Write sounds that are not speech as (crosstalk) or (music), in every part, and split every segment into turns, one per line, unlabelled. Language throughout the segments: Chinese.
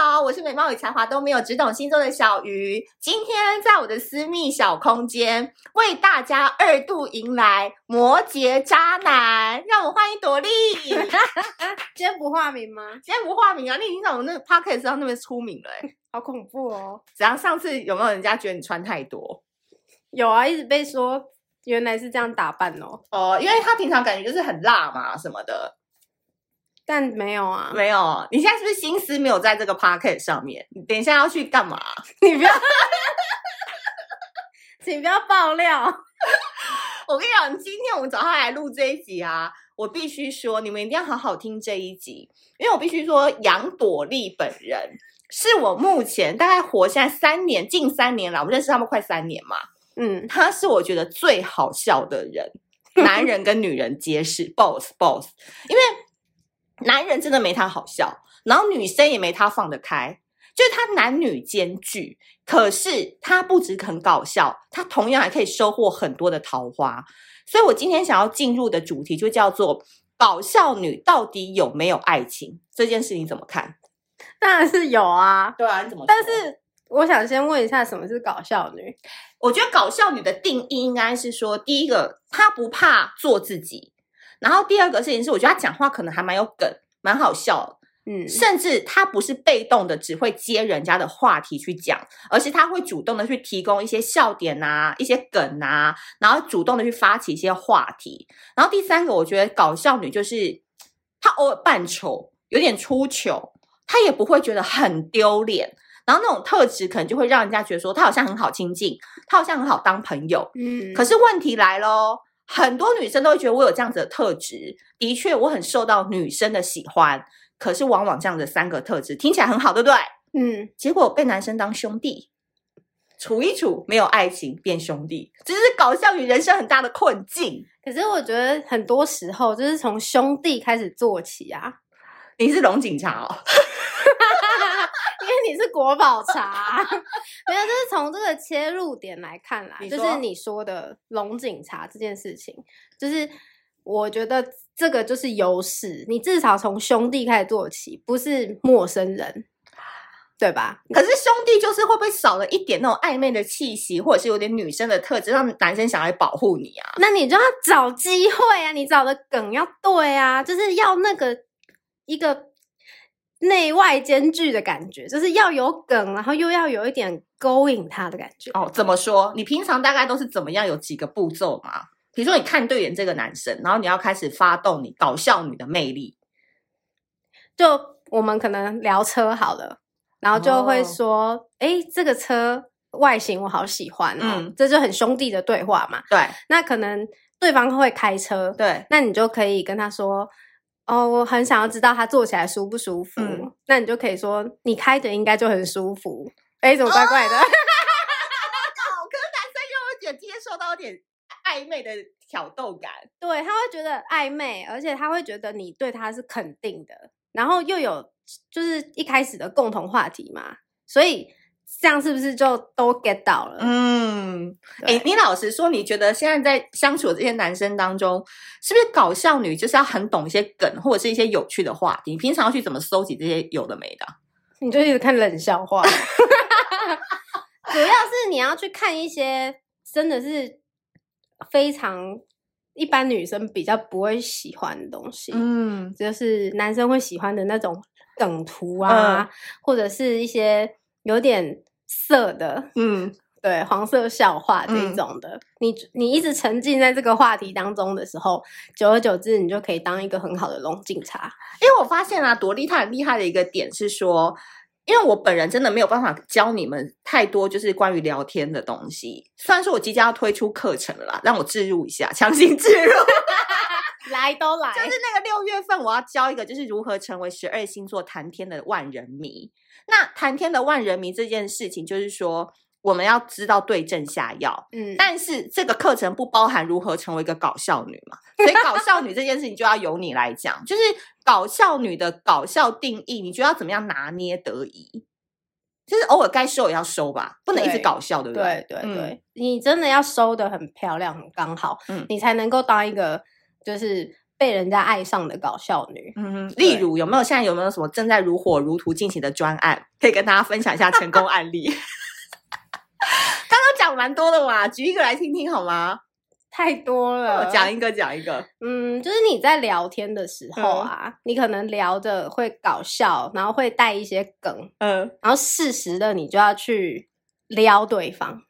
好，我是美貌与才华都没有，只懂星座的小鱼。今天在我的私密小空间，为大家二度迎来摩羯渣男，让我欢迎朵 (laughs) 莉。
今天不化名吗？
今天不化名啊，你已经在我那 p o c k e t 上那边出名了、欸。
好恐怖哦！
怎样？上次有没有人家觉得你穿太多？
有啊，一直被说原来是这样打扮哦，
哦，因为他平常感觉就是很辣嘛什么的。
但没有啊。
没有，你现在是不是心思没有在这个 p o c k e t 上面？你等一下要去干嘛？
你不要，请不要爆料。
(laughs) 我跟你讲，今天我们找他来录这一集啊，我必须说，你们一定要好好听这一集，因为我必须说，杨朵丽本人是我目前大概活现在三年，近三年了，我们认识他们快三年嘛，
嗯，
他是我觉得最好笑的人，男人跟女人皆是 boss boss，因为男人真的没他好笑，然后女生也没他放得开，就是他男女兼具。可是他不止很搞笑，他同样还可以收获很多的桃花。所以我今天想要进入的主题就叫做“搞笑女到底有没有爱情”这件事，你怎么看？
当然是有啊。
对啊，你怎么但
但
是
是我想先问一下，什么是搞笑女？
我觉得搞笑女的定义应该是说，第一个她不怕做自己，然后第二个事情是，我觉得她讲话可能还蛮有梗，蛮好笑的
嗯，
甚至他不是被动的只会接人家的话题去讲，而是他会主动的去提供一些笑点啊、一些梗啊，然后主动的去发起一些话题。然后第三个，我觉得搞笑女就是她偶尔扮丑，有点出糗，她也不会觉得很丢脸。然后那种特质可能就会让人家觉得说她好像很好亲近，她好像很好当朋友，
嗯，
可是问题来喽，很多女生都会觉得我有这样子的特质，的确我很受到女生的喜欢。可是往往这样的三个特质听起来很好，对不对？
嗯，
结果被男生当兄弟，处一处没有爱情变兄弟，这是搞笑与人生很大的困境。
可是我觉得很多时候就是从兄弟开始做起啊，
你是龙警察哦， (laughs)
因为你是国宝茶，啊 (laughs) 没有，就是从这个切入点来看啦，
你
就
说
是你说的龙警察这件事情，就是我觉得这个就是优势，你至少从兄弟开始做起，不是陌生人，对吧？
可是兄弟就是会不会少了一点那种暧昧的气息，或者是有点女生的特质，让男生想来保护你啊？
那你就要找机会啊，你找的梗要对啊，就是要那个一个内外兼具的感觉，就是要有梗，然后又要有一点勾引他的感觉。
哦，怎么说？你平常大概都是怎么样？有几个步骤吗？比如说你看对眼这个男生，然后你要开始发动你搞笑女的魅力。
就我们可能聊车好了，然后就会
哦
说，诶，这个车外形我好喜欢哦，
嗯
这就很兄弟的对话嘛。
对
那可能对方会开车，
对，
那你就可以跟他说。哦，我很想要知道他坐起来舒不舒服。
嗯
那你就可以说，你开的应该就很舒服。诶，怎么怪怪的？
哦，可是男生又有点接受到有点暧昧的挑逗感。
对，他会觉得暧昧，而且他会觉得你对他是肯定的，然后又有就是一开始的共同话题嘛，所以这样是不是就都 get 到了？
嗯，哎、
对
你老实说，你觉得现在在相处的这些男生当中，是不是搞笑女就是要很懂一些梗，或者是一些有趣的话题？你平常要去怎么搜集这些有的没的啊？
你就一直看冷笑话。 (laughs) 主要是你要去看一些真的是非常一般女生比较不会喜欢的东西，
嗯，
就是男生会喜欢的那种梗图啊，
嗯
或者是一些有点色的，
嗯，
(laughs) 对黄色笑话这一
嗯
种的。你你一直沉浸在这个话题当中的时候，久而久之，你就可以当一个很好的龙警察。
因为我发现啊，朵莉她很厉害的一个点是说，因为我本人真的没有办法教你们太多，就是关于聊天的东西。虽然说我即将要推出课程了啦，让我置入一下，强行置入。
来都来，
就是那个六月份，我要教一个，就是如何成为十二星座谈天的万人迷。那谈天的万人迷这件事情，就是说我们要知道对症下药。
嗯，
但是这个课程不包含如何成为一个搞笑女嘛，所以搞笑女这件事情就要由你来讲，就是搞笑女的搞笑定义，你觉得要怎么样拿捏得宜？就是偶尔该收也要收吧，不能一直
对
搞笑，对不
对对
嗯
对，你真的要收的很漂亮，很刚好，
嗯
你才能够当一个就是被人家爱上的搞笑女。
嗯，例
对
如有没有现在有没有什么正在如火如荼进行的专案，可以跟大家分享一下成功案例？ (laughs) 刚刚讲蛮多的嘛，举一个来听听好吗？
太多
我
了，
讲一个，讲一个。
嗯，就是你在聊天的时候啊，你可能聊的会搞笑，然后会带一些梗，
嗯，
然后适时的你就要去撩对方，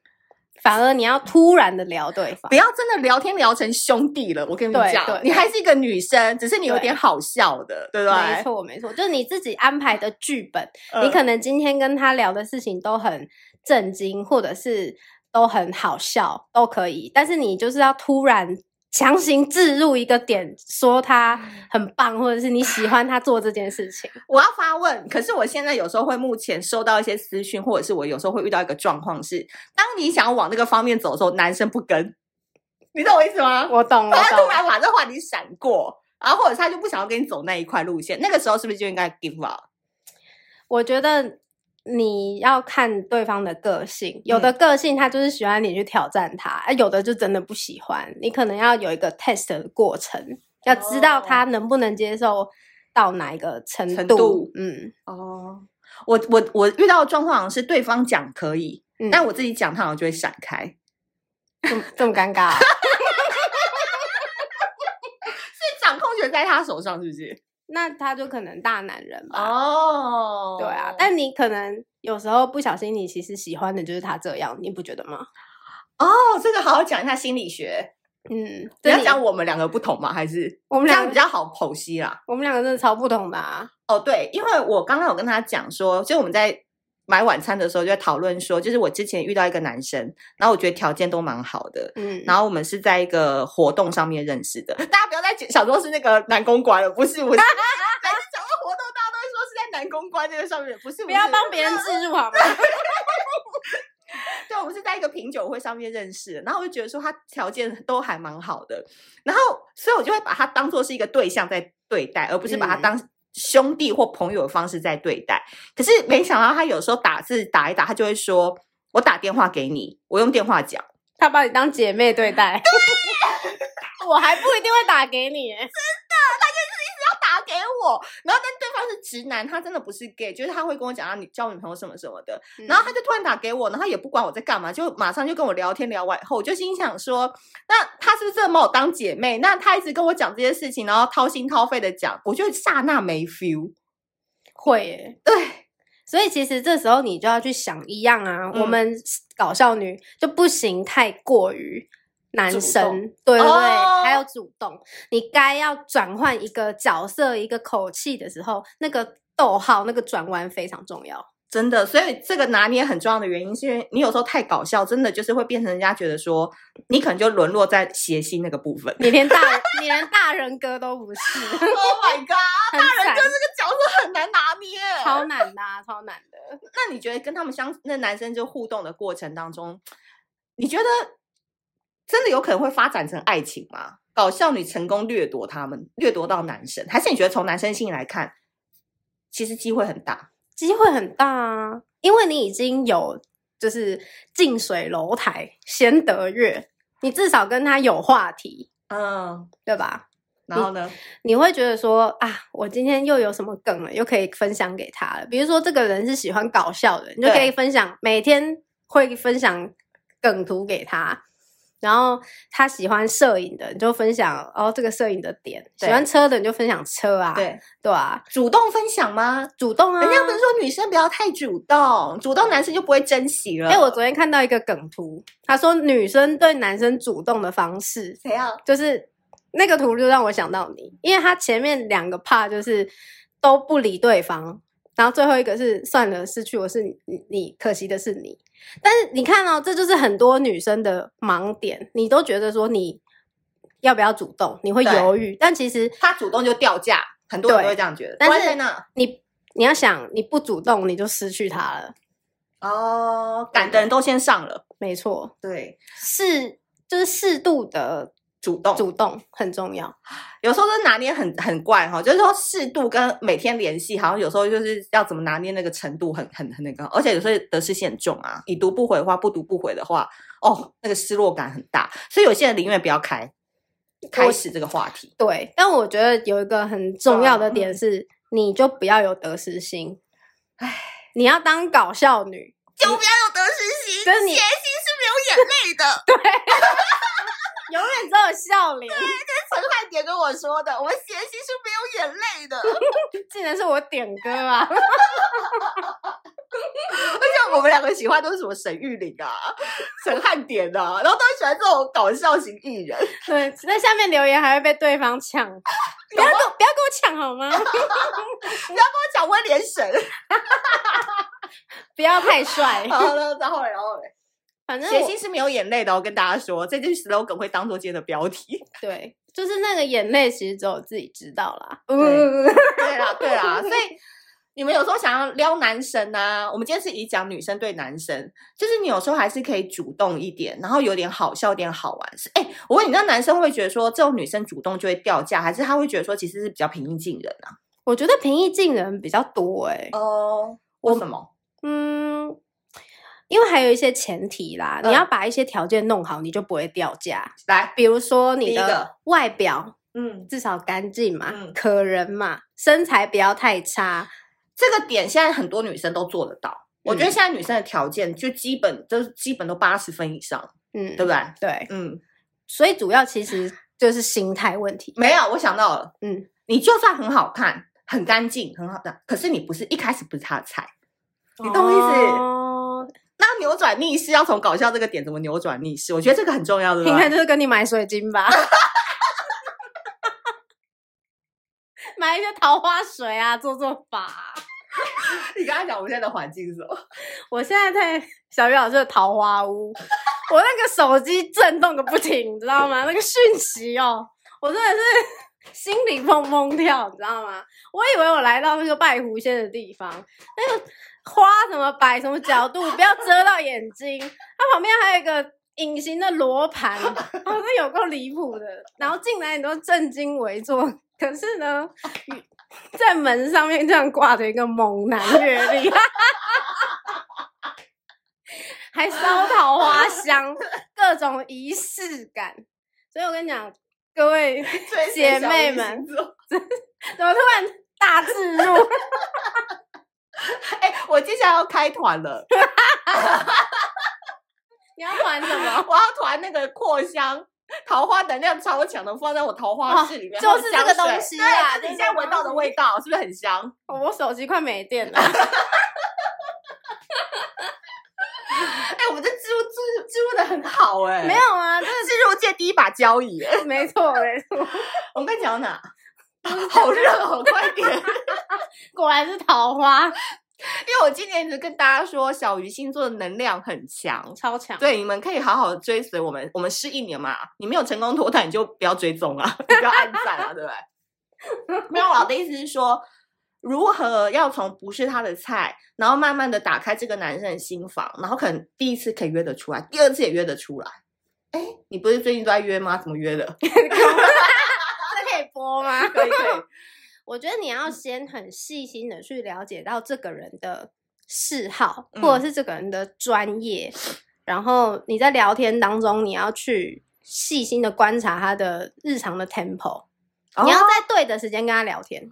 反而你要突然的撩对方
不。要真的聊天聊成兄弟了，我跟你
对
讲
对，
你还是一个女生，只是你有
对
点好笑的，对不对？
没错，没错，就是你自己安排的剧本，
嗯，
你可能今天跟他聊的事情都很震惊，或者是都很好笑，都可以。但是你就是要突然强行置入一个点，说他很棒，或者是你喜欢他做这件事情。
我要发问，可是我现在有时候会目前收到一些私讯，或者是我有时候会遇到一个状况是，当你想要往那个方面走的时候，男生不跟，你懂我意思吗？
我 (laughs) 懂，我
他突
懂。
然把这话题闪过，然后或者是他就不想要跟你走那一块路线，那个时候是不是就应该 give up？
我觉得你要看对方的个性，有
嗯
的个性他就是喜欢你去挑战他，啊有的就真的不喜欢。你可能要有一个 test 的过程，要知道
哦
他能不能接受到哪一个程度。
程度
嗯
哦，我我我遇到的状况好像是对方讲可以，
嗯，
但我自己讲他好像就会闪开。
这么这么尴尬啊、 (laughs)
所以掌控权在他手上，是不是？
那他就可能大男人吧。
哦
对啊，但你可能有时候不小心，你其实喜欢的就是他这样，你不觉得吗？
哦，这个好好讲一下心理学。
嗯，
你
这
要
里
讲我们两个不同吗？还是
我们
这
两
样
个
比较好剖析啦？
我们两个真的超不同的啊。
哦，对，因为我刚刚有跟他讲说，就我们在买晚餐的时候就在讨论说，就是我之前遇到一个男生，然后我觉得条件都蛮好的，
嗯，
然后我们是在一个活动上面认识的。大家不要再想说是那个男公关了，不是，
(laughs)
不是。每次讲到活动，大家都会说是在男公关这个上面，不是，
不要
是
帮别人置入好吗？
对，我们是在一个品酒会上面认识的，然后我就觉得说他条件都还蛮好的，然后所以我就会把他当做是一个对象在对待，而不是把他
嗯
当兄弟或朋友的方式在对待。可是没想到他有时候打字打一打，他就会说：“我打电话给你，我用电话讲。”
他把你当姐妹对待。
(laughs)
我还不一定会打给你耶，
打给我，然后但对方是直男，他真的不是 gay，就是他会跟我讲他女交女朋友什么什么的，然后他就突然打给我，然后他也不管我在干嘛，就马上就跟我聊天聊完以后，我就心想说，那他是不是真的把我当姐妹？那他一直跟我讲这些事情，然后掏心掏肺的讲，我就刹那没 feel。
会耶，
对，
所以其实这时候你就要去想一样啊，
嗯
我们搞笑女就不行太过于男生，对对对，
哦
还有主动，你该要转换一个角色、一个口气的时候，那个逗号、那个转弯非常重要。
真的，所以这个拿捏很重要的原因，是因为你有时候太搞笑，真的就是会变成人家觉得说，你可能就沦落在谐星那个部分。
你连大
(laughs)
你连大人哥都不是，
Oh my god，
很
人
惨
就，这个角色很难拿捏，
超难的、啊，超难的。
那你觉得跟他们相那男生就互动的过程当中，你觉得真的有可能会发展成爱情吗？搞笑女成功掠夺他们，掠夺到男生，还是你觉得从男生性来看，其实机会很大？
机会很大啊，因为你已经有就是近水楼台先得月，你至少跟他有话题，
嗯，
对吧？
然后呢？
你会觉得说啊，我今天又有什么梗了，又可以分享给他了。比如说，这个人是喜欢搞笑的，你就可以
对
分享，每天会分享梗图给他。然后他喜欢摄影的，你就分享哦这个摄影的点；喜
对
欢车的，你就分享车啊，
对，
对啊，
主动分享吗？
主动啊。
人家不是说女生不要太主动，主动男生就不会珍惜了。
哎、我昨天看到一个梗图，他说女生对男生主动的方式
谁啊？
就是那个图就让我想到你，因为他前面两个 part 就是都不理对方，然后最后一个是算了，失去我是你你，你可惜的是你。但是你看哦，这就是很多女生的盲点，你都觉得说你要不要主动，你会
对
犹豫，但其实
他主动就掉价，很多人
对
都会这样觉得。
但
关
是
在那
你你要想你不主动，你就失去他了，
哦，赶的人都先上了，
没错，
对，
适就是适度的
主动
主动很重要。
有时候真的拿捏很很怪哈，就是说适度跟每天联系，好像有时候就是要怎么拿捏那个程度很很很那个，而且有时候得失心很重啊，已读不回的话，不读不回的话，哦，那个失落感很大，所以有些人宁愿不要开，开始这个话题。
对，但我觉得有一个很重要的点是，你就不要有得失心。唉，你要当搞笑女，
就不要有得失心，
就是你
谐星是没有眼泪 (laughs) 的。
永远只有笑脸。
陈汉典跟我说的，我们谐星是没有眼泪 (laughs) 的。
竟然是我点歌啊！ (laughs)
而且我们两个喜欢都是什么沈玉琳啊、陈汉典啊，然后都喜欢这种搞笑型艺 (laughs) 人。
对，在下面留言还会被对方抢，不要跟我不要跟我抢好吗？ (laughs)
我讲威廉神。
不要太帅。
(laughs) 好了，然后嘞，然后嘞，
反正
谐
我
星是没有眼泪的哦。我跟大家说，这句 slogan 会当做今天的标题。
对，就是那个眼泪，其实只有自己知道啦。 (laughs)
对对啦，对啦，所以。你们有时候想要撩男生啊，我们今天是以讲女生对男生，就是你有时候还是可以主动一点，然后有点好笑，有点好玩。是哎、我问你，那男生会不会觉得说这种女生主动就会掉价，还是他会觉得说其实是比较平易近人啊？
我觉得平易近人比较多哎、
哦，为什么？
嗯，因为还有一些前提啦，
嗯
你要把一些条件弄好，你就不会掉价。
来，
比如说你
第一个
的外表
嗯，
至少干净嘛，
嗯
可人嘛，身材不要太差。
这个点现在很多女生都做得到。我觉得
嗯
现在女生的条件就基本就是基本都八十分以上，
嗯，
对不对？
对，
嗯，
所以主要其实就是心态问题。
没有，我想到了，
嗯，
你就算很好看、很干净、很好的，可是你不是一开始不是她的菜，你懂我意思？
哦，
那扭转逆势要从搞笑这个点怎么扭转逆势？我觉得这个很重要，对
应
吧
该？就是跟你买水
(laughs)
晶吧，买一些桃花水啊，做做法啊、
你刚才讲我们现在的环境是什么？
(laughs) 我现在在小鱼老师的桃花屋，我那个手机震动个不停，你知道吗？那个讯息哦，我真的是心里砰砰跳，你知道吗？我以为我来到那个拜狐仙的地方，那个花怎么摆什么角度，不要遮到眼睛，它旁边还有一个。隐形的罗盘，哦，那有够离谱的。然后进来你都震惊为坐，可是呢，在门上面这样挂着一个猛男阅历，还烧桃花香，各种仪式感。所以我跟你讲，各位， (laughs)
追
姐妹们
星座，
怎么突然大自入？
哎、我接下来要开团了，
你要玩什么？
我要团那个扩香。桃花能量超强的，放在我桃花
哦
室里面，
就
还有
是这
香
个东
水
西
对
啊
就是你
就是
现在
这个
闻到的
东
味道是不是很香？
哦我手机快没电了。
哎、我们这植入植入植入的很好哎、
没有啊，这
是入界第一把交椅。
没错没错，
我跟你讲哪？ (laughs) 好热哦，快点！ (laughs) 因
果然是桃花，
为我今年一直跟大家说，小鱼星座的能量很强，
超强。
对，你们可以好好追随我们。我们试一年嘛，你没有成功脱单，你就不要追踪啊， (laughs) 你不要按赞啊，对不对？ (laughs) 没有，我的意思是说，如何要从不是他的菜，然后慢慢的打开这个男生的心房，然后可能第一次可以约得出来，第二次也约得出来。哎，你不是最近都在约吗？怎么约的？ (laughs)
这可以播吗？
可以 (laughs) 可以。
我觉得你要先很细心的去了解到这个人的嗜好，或者是这个人的专业，然后你在聊天当中，你要去细心的观察他的日常的 tempo，、你要
哦
在对的时间跟他聊天，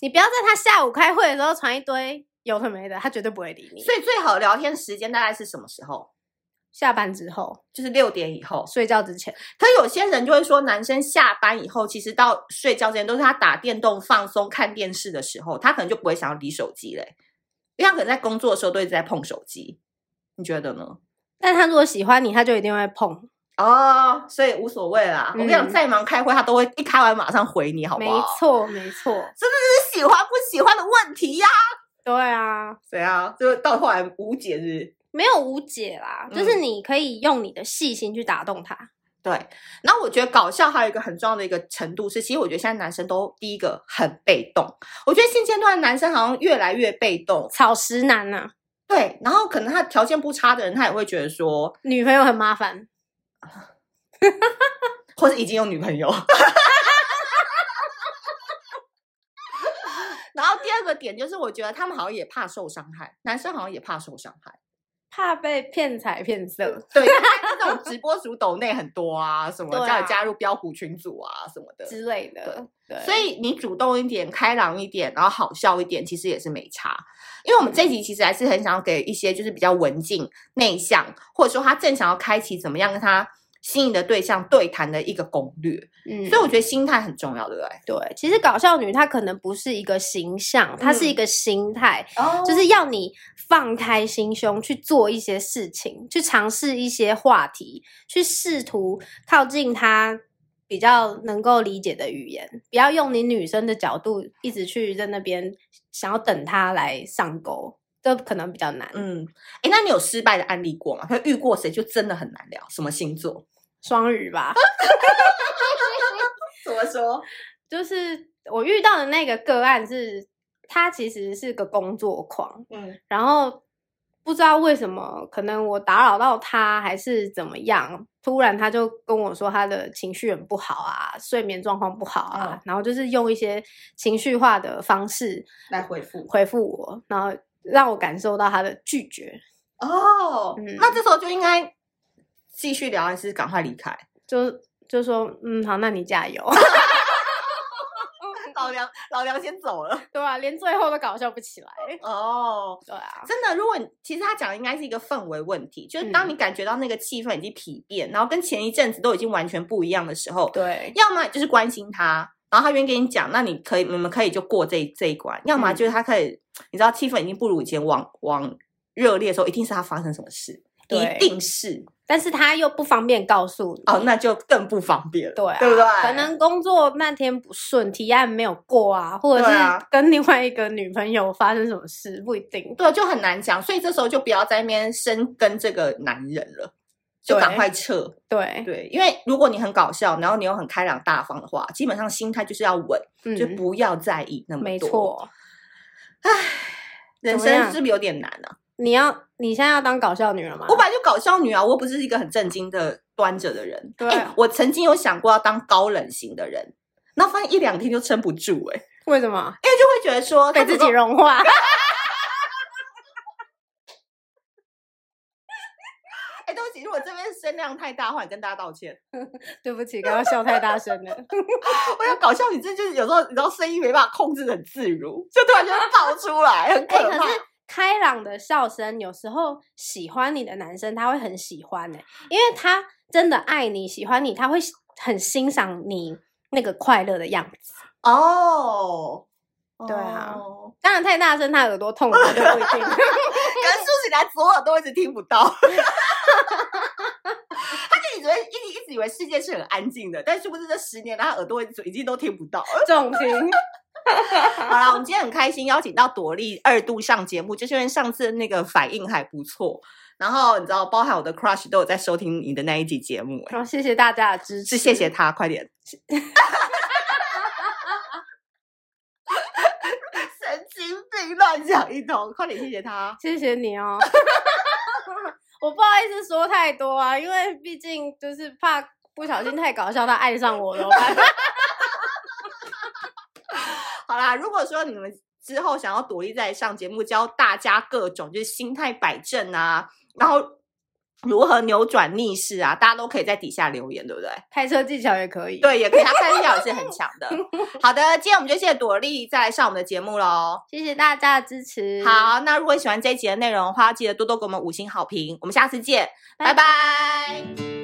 你不要在他下午开会的时候传一堆有的没的，他绝对不会理你。
所以最好聊天时间大概是什么时候？
下班之后，
就是六点以后。
睡觉之前，
可有些人就会说，男生下班以后，其实到睡觉之前都是他打电动、放松、看电视的时候，他可能就不会想要理手机嘞，因为他可能在工作的时候都一直在碰手机。你觉得呢？
但他如果喜欢你，他就一定会碰，
哦，所以无所谓啦。我跟你讲，
嗯
再忙开会，他都会一开完马上回你，好不
没
好？
错，没错，
这是喜欢不喜欢的问题呀、
对啊，
对啊，就到后来无解日。
没有无解啦，就是你可以用你的细心去打动他。
对，然后我觉得搞笑还有一个很重要的一个程度是，其实我觉得现在男生都第一个很被动，我觉得现阶段的男生好像越来越被动，
草食男啊呐、
对，然后可能他条件不差的人，他也会觉得说，
女朋友很麻烦，
或是已经有女朋友。 (laughs) 然后第二个点就是，我觉得他们好像也怕受伤害，男生好像也怕受伤害，
怕被骗财骗色。
对，因为那种直播主抖内很多啊，什么
对啊
叫你加入标股群组啊什么的。
之类的，对，
所以你主动一点、开朗一点，然后好笑一点，其实也是没差。因为我们这一集其实还是很想要给一些就是比较文静、内向，或者说他正想要开启怎么样跟他心仪的对象对谈的一个攻略。
嗯，
所以我觉得心态很重要，对不对？
对，其实搞笑女她可能不是一个形象，她是一个心态，
哦
就是要你放开心胸去做一些事情，去尝试一些话题，去试图靠近她比较能够理解的语言，不要用你女生的角度一直去在那边想要等她来上钩，这可能比较难。
嗯，哎，那你有失败的案例过吗？他遇过谁就真的很难聊，什么星座？
双鱼吧，
怎么说？
就是我遇到的那个个案是，他其实是个工作狂，
嗯
然后不知道为什么，可能我打扰到他还是怎么样，突然他就跟我说他的情绪很不好啊，睡眠状况不好啊，
嗯
然后就是用一些情绪化的方式
来回复
回复我，然后让我感受到他的拒绝，
哦，
嗯
那这时候就应该继续聊，还是赶快离开？
就就说嗯好，那你加油， (laughs)
老梁，老梁先走了。
对啊？连最后都搞笑不起来，
哦，
对啊，
真的，如果你其实他讲的应该是一个氛围问题，就是当
嗯
你感觉到那个气氛已经疲变，然后跟前一阵子都已经完全不一样的时候，
对，
要么就是关心他，然后他愿意跟你讲，那你可以，你们可以就过这一这一关；要么
嗯
就是他可以，你知道气氛已经不如以前往往热烈的时候，一定是他发生什么事，
对
一定是
但是他又不方便告诉你。
哦，那就更不方便了，
对、啊，
对不对？
可能工作那天不顺，提案没有过啊，或者
对
是
啊
跟另外一个女朋友发生什么事，不一定。
对，就很难讲，所以这时候就不要在那边深跟这个男人了，就赶
对
快撤。
对，
对，因为如果你很搞笑，然后你又很开朗大方的话，基本上心态就是要稳，就
嗯，
不要在意那么多。
没，错。
人
怎么
生
样
是不是有点难啊？
你要你现在要当搞笑女人吗？
我本来就搞笑女啊，我又不是一个很正经的端着的人。
对啊
哎我曾经有想过要当高冷型的人，然后发现一两天就撑不住、哎，
为什么
因为就会觉得说
被
他
自
主
己
动
融化？ (laughs)
哎、对不起，如果这边声量太大的话，你跟大家道歉。
对不起，刚刚笑太大声了。 (laughs)
我要搞笑，你这就是有时候，你知道声音没办法控制的很自如，就突然间爆出来，很
哎、
可怕。
可是开朗的笑声，有时候喜欢你的男生他会很喜欢呢、欸因为他真的爱你，喜欢你，他会很欣赏你那个快乐的样子。
哦，
对啊
哦
当然太大声，他耳朵痛了就不一定。 (laughs)
(laughs) 可能竖起来左耳朵一直听不到。 (laughs) 他就以为一直一直以为世界是很安静的，但殊不知这十年来他耳朵已经都听不到。
重听，
好啦，我们今天很开心邀请到朵莉二度上节目，就是因为上次那个反应还不错，然后你知道，包含我的 crush 都有在收听你的那一集节目、欸，
然后谢谢大家的支持，
是谢谢他，快点。 (laughs) 神经病，乱讲一通，快点谢谢他。
谢谢你哦。 (laughs) 我不好意思说太多啊，因为毕竟就是怕不小心太搞笑，他爱上我了。
好啦，如果说你们之后想要朵莉再上节目教大家各种就是心态摆正啊，然后如何扭转逆势啊，大家都可以在底下留言，对不对？
(laughs) 开车技巧也可以，，
对，也可以，他开力也是很强的。好的，今天我们就谢谢朵莉再来上我们的节目喽。
谢谢大家的支持。，
好，那如果喜欢这一集的内容的话，记得多多给我们五星好评。我们下次见，拜拜